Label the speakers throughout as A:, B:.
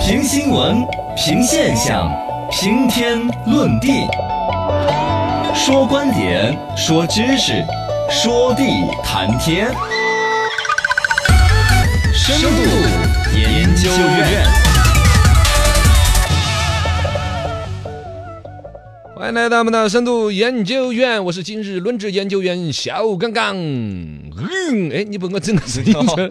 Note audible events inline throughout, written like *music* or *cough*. A: 评新闻，评现象，评天论地，说观点，说知识，说地谈天。深度研究院，
B: 欢迎来到我们的深度研究院，我是今日轮值研究员小刚刚。嗯，哎，你把我整个声音出来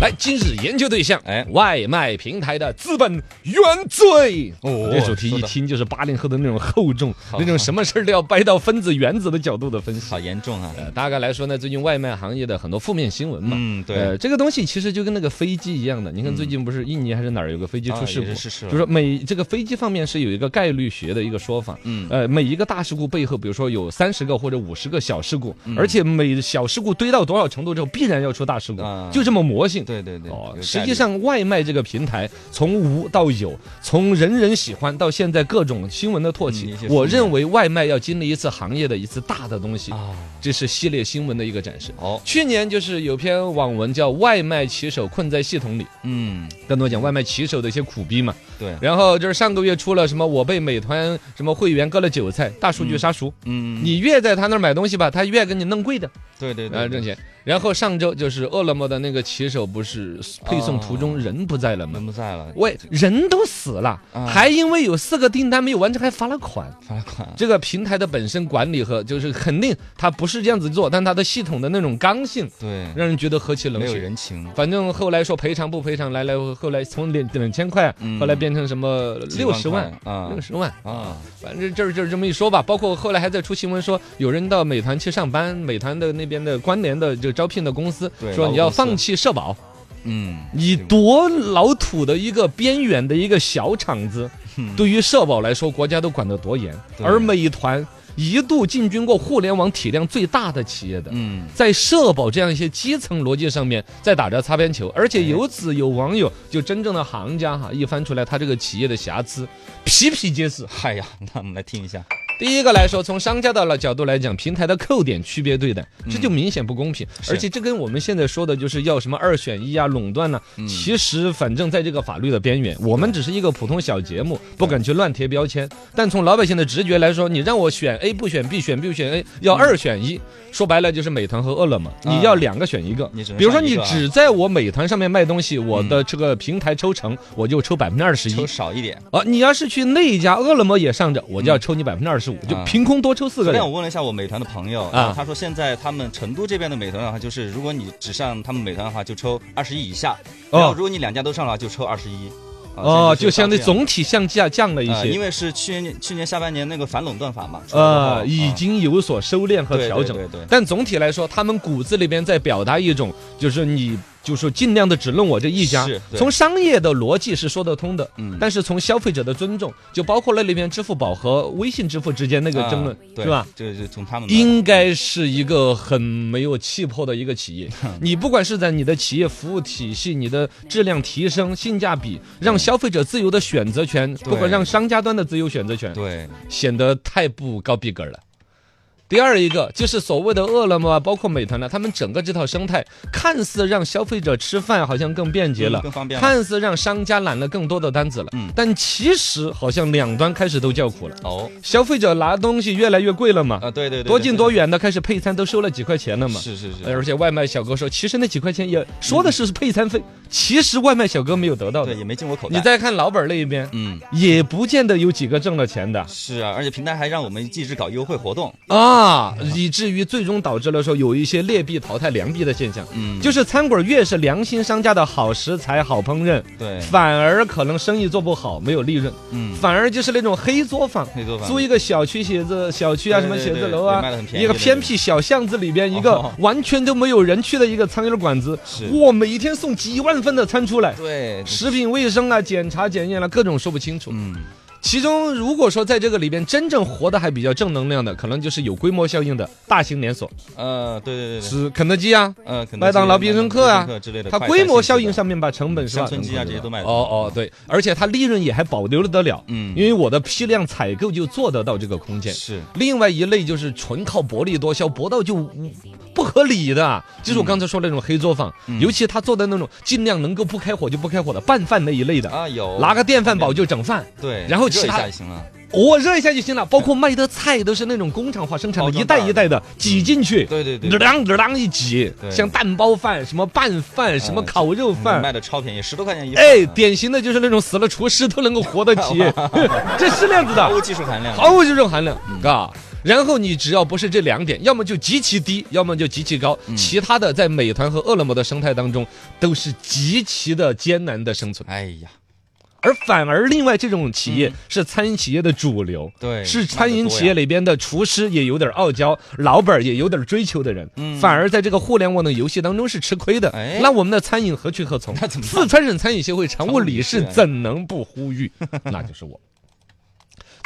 B: 来，今日研究对象，
A: 哎
B: 哎，外卖平台的资本原罪。
A: 哦
B: 哦，这主题
A: 说
B: 一
A: 得
B: 听就是八零后的那种厚重，
A: 好
B: 那种什么事儿都要掰到分子原子的角度的分析
A: 好。严重啊！
B: 呃大概来说呢，最近外卖行业的很多负面新闻嘛，
A: 嗯对嗯
B: 呃，这个东西其实就跟那个飞机一样的，你看最近不是印尼还是哪儿有个飞机
A: 啊
B: 出事
A: 也
B: 故，
A: 是失事了
B: 就是说每这个飞机方面是有一个概率学的一个说法，
A: 嗯
B: 呃，每一个大事故背后，比如说有三十个或者五十个小事故，
A: 嗯
B: 而且每小事故堆到多少程度之后，必然要出大事故
A: 啊，
B: 就这么魔性，
A: 对对对，
B: 哦，
A: 有
B: 实
A: 概
B: 际
A: 率
B: 上外卖这个平台从无到有，从人人喜欢到现在各种新闻的
A: 嗯
B: 唾
A: 一
B: 弃
A: 些，负
B: 我
A: 面
B: 认为外卖要经历一次行业的一次大的东西，
A: 啊，
B: 这是系列新闻的一个展示。
A: 好，
B: 去年就是有篇网文叫《外卖骑手困在系统里》，
A: 嗯，
B: 更多讲外卖骑手的一些苦逼嘛。
A: 对，
B: 然后就是上个月出了什么我被美团什么会员割了韭菜，大数据杀熟。
A: 嗯，
B: 你越在他那儿买东西吧，他越给你弄贵的，
A: 对对
B: 然
A: 对
B: 后，挣钱。然后上周就是饿了么的那个骑手，不是配送途中人不在了吗
A: 人？不在了，
B: 喂，人都死了
A: 嗯啊，
B: 还因为有四个订单没有完成还罚了款。
A: 罚款，
B: 这个平台的本身管理和就是肯定它不是这样子做，但它的系统的那种刚性
A: 对，
B: 让人觉得何其冷
A: 没有
B: 血。
A: 人情，
B: 反正后来说赔偿不赔偿，来来后来从两两千块
A: 嗯，
B: 后来变成什么
A: 几
B: 六十万，
A: 块啊
B: 六十万。
A: 啊，
B: 反正就是就是这么一说吧，包括后来还在出新闻说，有人到美团去上班，美团的那边的关联的就招聘的公司
A: 对
B: 说
A: 劳
B: 你要
A: 公司
B: 放弃社保，
A: 嗯，
B: 你多老土的一个边远的一个小厂子，对于社保来说，国家都管得多严。
A: 嗯对
B: 而美团一度进军过互联网体量最大的企业的，
A: 嗯，
B: 在社保这样一些基层逻辑上面，在打着擦边球，而且由此有网友就真正的行家哈一翻出来他这个企业的瑕疵，皮皮皆是。
A: 嗨哎呀，那我们来听一下，
B: 第一个来说，从商家的角度来讲，平台的扣点区别对待，这就明显不公平。
A: 嗯是嗯
B: 而且这跟我们现在说的就是要什么二选一啊、垄断呐、其实反正在这个法律的边缘，我们只是一个普通小节目，不敢去乱贴标签。但从老百姓的直觉来说，你让我选 A 不选 B，选 B 不选 A，要二选一，说白了就是美团和饿了么，
A: 嗯啊
B: 你要两个选一个
A: 你只能。
B: 比如说
A: 上一
B: 你
A: 个啊嗯
B: 只在我美团上面卖东西，我的这个平台抽成我就抽百分之二十一
A: 抽，少一点。
B: 啊，你要是去那一家饿了么也上着，我就
A: 嗯
B: 要抽你百分之二十五，
A: 啊
B: 就凭空多抽四
A: 昨
B: 个
A: 天我
B: 人。
A: 问了一下我美团的朋友
B: 啊
A: 他说现在他们成都这边的美团的话，啊就是如果你只上他们美团的话，就抽二十一以下；
B: 哦
A: 然后如果你两家都上了，就抽二十一。啊
B: 哦，
A: 现在
B: 就相对
A: 是这样
B: 总体向价降了一
A: 啊因
B: 些，
A: 为是去年去年下半年那个反垄断法嘛，
B: 呃，
A: 出来之后
B: 已
A: 啊
B: 经有所收敛和
A: 对对
B: 调整
A: 对对。
B: 但总体来说，他们骨子里边在表达一种，就是你就是尽量的只弄我这一家
A: 是。对
B: 从商业的逻辑是说得通的
A: 嗯，
B: 但是从消费者的尊重，就包括了里边支付宝和微信支付之间那个争论
A: 啊，对
B: 是吧？
A: 就是就是从他们那儿
B: 应该是一个很没有气魄的一个
A: *laughs*
B: 企业。
A: 嗯
B: 你不管是在你的企业服务体系、你的质量提升、性价比，让消费者自由的选择权，不管让商家端的自由选择权，
A: 对
B: 显得太不高逼格了。第二一个就是所谓的饿了么啊，包括美团了，他们整个这套生态看似让消费者吃饭好像更便捷了，
A: 嗯更方便了嗯
B: 看似让商家揽了更多的单子了，但其实好像两端开始都叫苦了。
A: 哦
B: 消费者拿东西越来越贵了嘛，
A: 啊对对对，
B: 多近
A: 对
B: 多远的开始配餐都收了几块钱了嘛。哎
A: 是是是，
B: 而且外卖小哥说，其实那几块钱也说的是配餐费，其实外卖小哥没有得到
A: 对
B: 的。
A: 也没进我口袋。
B: 你再看老板那一边，
A: 嗯
B: 也不见得有几个挣了钱的
A: 是啊，而且平台还让我们一直搞优惠活动，
B: 啊，以至于最终导致了说有一些劣币淘汰良币的现象。
A: 嗯
B: 就是餐馆越是良心商家的好食材、好烹饪，
A: 对
B: 反而可能生意做不好，没有利润，
A: 嗯
B: 反而就是那种黑作坊。
A: 可以做饭
B: 租一个小区写字小区啊，
A: 对
B: 什么
A: 对
B: 写字
A: 对
B: 楼啊
A: 也卖得很，便宜
B: 一个
A: 的
B: 偏
A: 那种
B: 僻小巷子里边一个
A: 哦
B: 完全都没有人去的一个苍蝇馆子
A: 是，
B: 哇，每天送几万份的餐出来，
A: 对
B: 啊食品卫生啊，检查检验了、各种说不清楚。
A: 嗯嗯
B: 其中如果说在这个里边真正活得还比较正能量的，可能就是有规模效应的大型连锁，
A: 呃，对对对对，
B: 是肯德基啊，
A: 呃，可能
B: 麦当劳、必胜客啊
A: 之类的，
B: 它
A: 快
B: 规
A: 餐性
B: 模
A: 质
B: 效
A: 的
B: 应上面把成本是吧
A: 乡？村鸡啊这些都卖得
B: 哦哦，对，而且它利润也还保留得了，
A: 嗯
B: 因为我的批量采购就做得到这个空间。
A: 是
B: 另外一类就是纯靠薄利多销，薄到就无不合理的，就是我刚才说的那种黑作坊，
A: 嗯
B: 尤其他做的那种尽量能够不开火就不开火的拌饭那一类的，
A: 啊，有
B: 拿个电饭煲就整饭，
A: 对，
B: 然后
A: 热
B: 其
A: 一
B: 他
A: 下就行了，
B: 我热一下就行了。包括卖的菜都是那种工厂化生产
A: 嗯包
B: 的，
A: 装嗯
B: 一袋一袋的挤进去，
A: 对对对
B: 嘚当嘚当一挤，
A: 对
B: 像蛋包饭、什么拌饭、什么烤肉
A: 嗯
B: 饭。
A: 卖的超便宜，十多块钱一份
B: 哎，
A: 啊
B: 典型的就是那种死了厨师都能够活得
A: *laughs*
B: 起，这是那样子的
A: 毫。无技术含量，
B: 毫无这种含量，嘎、然后你只要不是这两点，要么就极其低，要么就极其高，其他的在美团和饿了么的生态当中都是极其的艰难的生存。
A: 哎呀，
B: 而反而另外这种企业是餐饮企业的主流，
A: 对
B: 是餐饮企业里边的厨师也有点傲娇，老板儿也有点追求的人，反而在这个互联网的游戏当中是吃亏的。
A: 哎
B: 那我们的餐饮何去何从？
A: *laughs* 那怎么办
B: 四川省餐饮协会常务理
A: 常
B: 事
A: 务理事
B: 怎能不呼
A: *laughs*
B: 吁？那就是我。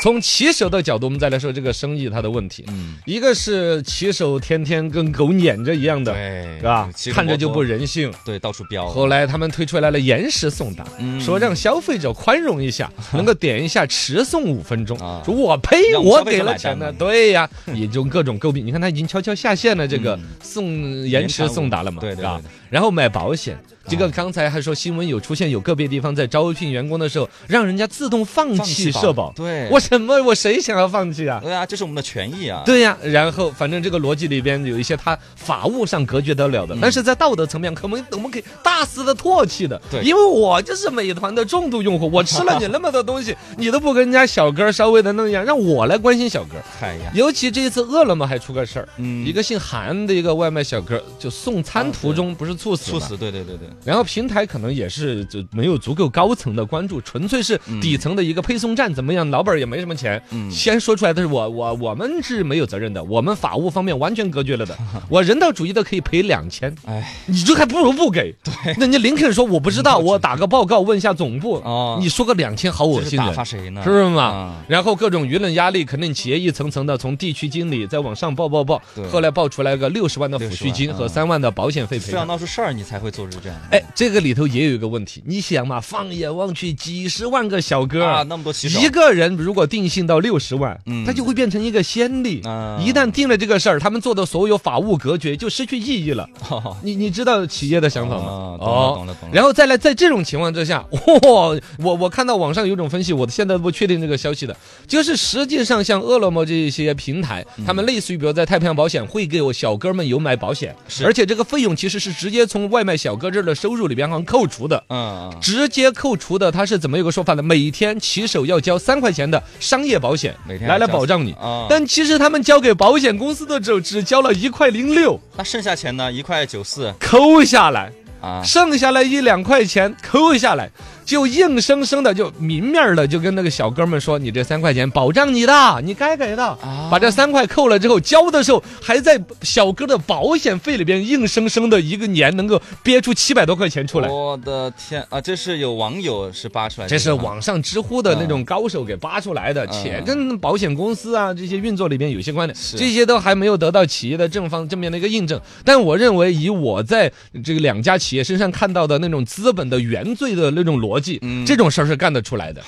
B: 从骑手的角度，我们再来说这个生意它的问题。
A: 嗯
B: 一个是骑手天天跟狗撵着一样的，
A: 对
B: 是吧
A: 骑？个
B: 看着
A: 摩
B: 就
A: 托
B: 不人性。
A: 对，到处飙，
B: 后来他们推出来了延时送达，
A: 嗯
B: 说让消费者宽容
A: *laughs*
B: 一下，能够点一下迟送五分钟
A: 啊。
B: 说我呸，
A: 让
B: 我
A: 消费者
B: 给了
A: 买
B: 钱
A: 单
B: 呢，
A: 嘛
B: 对呀，也就各种诟病。你看他已经悄悄下线了这个
A: 嗯
B: 送延迟送达了嘛，
A: 对对
B: 是吧
A: 对对
B: 然后买保险，这个刚才还说新闻有出现有个别地方在招聘员工的时候，让人家自动放
A: 放
B: 弃
A: 弃
B: 社保。
A: 对，
B: 我什么？我谁想要放弃啊？
A: 对啊，这是我们的权益啊，
B: 对呀、然后反正这个逻辑里边有一些他法务上隔绝得了的，但是在道德层面，可能我们可以大肆的唾弃的。
A: 对
B: 因为我就是美团的重度用户，我吃了你那么多东西，你都不跟人家小哥稍微的弄一样，让我来关心小哥。
A: 哎呀，
B: 尤其这一次饿了么还出个事儿，
A: 嗯
B: 一个姓韩的一个外卖小哥就送餐途中不是猝死
A: 猝
B: 吗？
A: 死，对对对对，
B: 然后平台可能也是就没有足够高层的关注，纯粹是底层的一个配送站怎么样，老板儿也没什么钱。
A: 嗯
B: 先说出来的是我我我们是没有责任的，我们法务方面完全隔绝了的。我人道主义的可以赔两千，
A: 哎，
B: 你这还不如不给。对，那你林肯说我不
A: 嗯
B: 知道，我打个报告问一下总部。
A: 哦
B: 你说个两千好恶
A: 这是
B: 心人
A: 打。发谁呢？
B: 是不是嘛
A: 啊？
B: 然后各种舆论压力，肯定企业一层层的从地区经理再往上报报报
A: 对，
B: 后来报出来个六十万的抚恤金
A: 60万
B: 和
A: 嗯
B: 三万的保险费赔
A: 非
B: 偿
A: 要。闹出事儿你才会做出这样的
B: 哎，这个里头也有一个问题，你想嘛，放眼望去，几十万个小哥
A: 啊，那么多骑手
B: 一，个人如果定性到六十万，
A: 嗯
B: 他就会变成一个先例。
A: 啊
B: 一旦定了这个事儿，他们做的所有法务隔绝就失去意义了。
A: *laughs* 哦
B: 你你知道企业的想法吗？
A: 哦懂了懂了懂了
B: 然后再来，在这种情况之下，哇，我我看到网上有种分析，我现在都不确定这个消息的，就是实际上像饿了么这些平台，他
A: 嗯
B: 们类似于比如在太平洋保险会给我小哥们有买保险，
A: 是
B: 而且这个费用其实是直接从外卖小哥这儿的收入里边好像扣除的。
A: 嗯，嗯
B: 直接扣除的，它是怎么有个说法呢？每天骑手要交三块钱的商业保险，
A: 每天
B: 来来
A: 要交
B: 保障你。
A: 啊
B: 但其实他们交给保险公司的时候，只交了一块零六，
A: 那剩下钱呢？一块九四
B: 抠下来，
A: 啊，
B: 剩下来一两块钱抠下来，就硬生生的就明面的就跟那个小哥们说：“你这三块钱保障你的，你该给的。
A: 啊
B: 把这三块扣了之后，交的时候还在小哥的保险费里边硬生生的一个年能够憋出七百多块钱出来。
A: 我的天啊！这是有网友是扒出来的
B: 这
A: 吗，
B: 是网上知乎的
A: 啊
B: 那种高手给扒出来的，
A: 嗯
B: 且跟保险公司啊这些运作里边有些关联，
A: 是
B: 这些都还没有得到企业的正方正面的一个印证。但我认为，以我在这个两家企业身上看到的那种资本的原罪的那种逻辑，
A: 嗯
B: 这种事儿是干得出来的，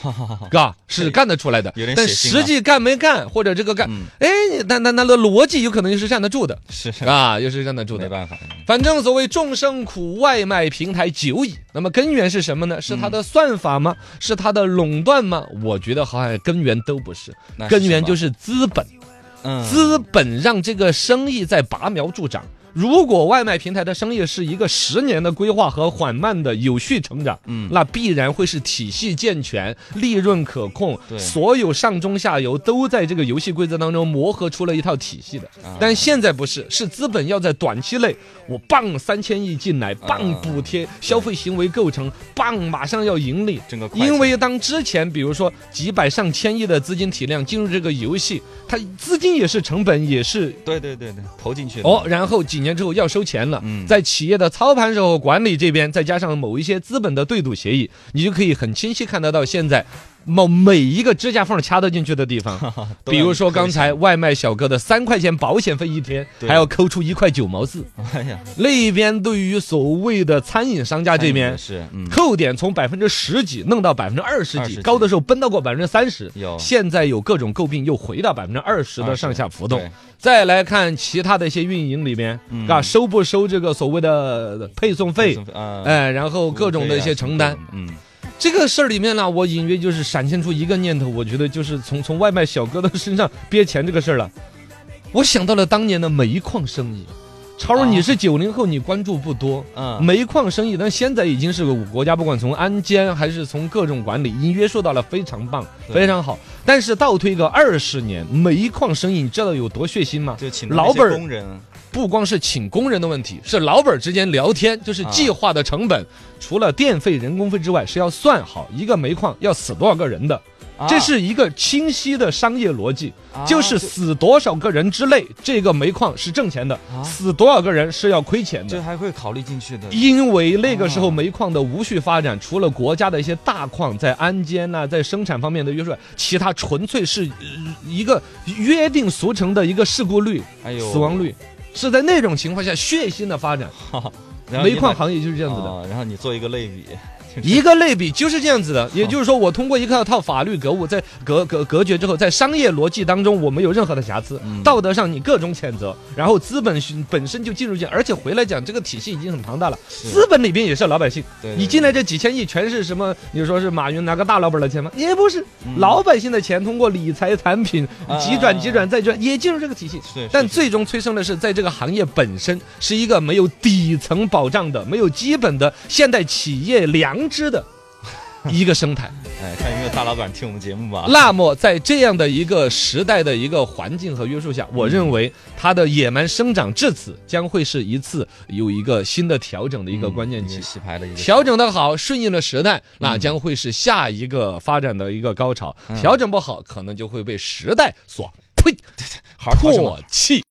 B: 嘎，是干得出来的
A: 有。点
B: 但
A: 血腥啊
B: 实际干没干，或者这个干
A: 嗯，
B: 哎，那那那的逻辑有可能就是站得住的，
A: 是
B: 啊，又是站得住的
A: 没。办
B: *laughs*
A: 法，
B: 反正所谓众生苦，外卖平台久矣。那么根源是什么呢？是它的算法吗？是它的垄断吗？我觉得好像根源都不是，
A: 那是
B: 根源
A: 什么
B: 就是资本，
A: 嗯，
B: 资本让这个生意在拔苗助长。如果外卖平台的生意是一个十年的规划和缓慢的有序成长，
A: 嗯
B: 那必然会是体系健全、利润可控，
A: 对
B: 所有上中下游都在这个游戏规则当中磨合出了一套体系的。
A: 啊
B: 啊但现在不是，是资本要在短期内，我棒三千亿进来，棒
A: 啊
B: 补贴消费行为构成，棒马上要盈利，
A: 整个快
B: 因为当之前比如说几百上千亿的资金体量进入这个游戏，它资金也是成本，也是
A: 对对对对，投进去的
B: 哦，，然后几年之后要收钱了，
A: 嗯
B: 在企业的操盘手和管理这边，再加上某一些资本的对赌协议，你就可以很清晰看得到，现在某每一个指甲缝掐得进去的地方
A: *laughs* ，都
B: 比
A: 要
B: 如说
A: 抠一
B: 刚才外卖小哥的三块钱保险费一天，
A: 对
B: 还要抠出一块九毛四。
A: 哎呀，
B: 那边对于所谓的餐饮商家这边
A: 餐饮也，是，嗯，
B: 扣点从百分之十几弄到百分之二十
A: 20
B: 几
A: 几，
B: 高的时候奔到过百分之三十。
A: 有
B: 现在有各种诟病，又回到百分之二十的上下浮动
A: 对。
B: 再来看其他的一些运营里边，啊，收不收这个所谓的配送费？
A: 呃，
B: 哎，然后
A: 服务
B: 各种
A: 费
B: 的一
A: 啊
B: 些
A: 什么
B: 承
A: 各
B: 担，
A: 种，嗯，
B: 这个事儿里面呢，我隐约就是闪现出一个念头，我觉得就是从从外卖小哥的身上憋钱这个事儿了，我想到了当年的煤矿生意。超儿，
A: 啊
B: 你是九零后，你关注不多。
A: 嗯
B: 煤矿生意，但现在已经是个国家，不管从安监还是从各种管理，已经约束到了非常棒，
A: 对
B: 非常好。但是倒推个二十年，煤矿生意你知道有多血腥吗？
A: 就请
B: 老
A: 本
B: 本
A: 工
B: 儿
A: 人，
B: 不光是请工人的问题，是老板儿之间聊天，就是计划的成本，啊除了电费、人工费之外，是要算好一个煤矿要死多少个人的，这是一个清晰的商业逻辑，
A: 啊
B: 就是死多少个人之内，这个煤矿是挣钱的，
A: 啊
B: 死多少个人是要亏钱
A: 这
B: 的。
A: 还会考虑进去的，
B: 因为那个时候
A: 啊
B: 煤矿的无序发展，除了国家的一些大矿在安监呐、在生产方面的约束外，其他纯粹是呃一个约定俗成的一个事故率。
A: 哎呦，
B: 死亡率，是在那种情况下血腥的发展。
A: 然后
B: 煤
A: 你
B: 矿
A: 把
B: 行业就是这样子的，
A: 哦然后你做一个类比，
B: 一个类比就是这样子
A: 啊
B: 的。也就是说，我通过一个套法律格物，在隔隔隔绝之后，在商业逻辑当中，我没有任何的瑕疵，
A: 嗯
B: 道德上你各种谴责，然后资本是本身就进入进，而且回来讲，这个体系已经很庞大了，资本里边也是老百姓。
A: 对
B: 你进来，这几千亿全是什么？你说是马云拿个大老板的钱吗？也不是，老百姓的钱通过理财产品
A: 嗯啊
B: 急转急转再转，也进入这个体系。
A: 对是，
B: 但
A: 是
B: 最终催生的是，在这个行业本身是一个没有底层保障的、没有基本的现代企业良
A: *laughs*
B: 知的一个生态。
A: 哎，看有没有大老板听我们节目吧。
B: 那么，在这样的一个时代的一个环境和约束下，
A: 嗯
B: 我认为它的野蛮生长至此将会是一次有一个新的调整的一个关键
A: 嗯一
B: 期
A: 个。洗牌的一个
B: 调整的好，顺应了时代，那将会是下一个发展的一个
A: 嗯啊
B: 高潮；调整不好，可能就会被时代所呸
A: 好好什么
B: 唾弃。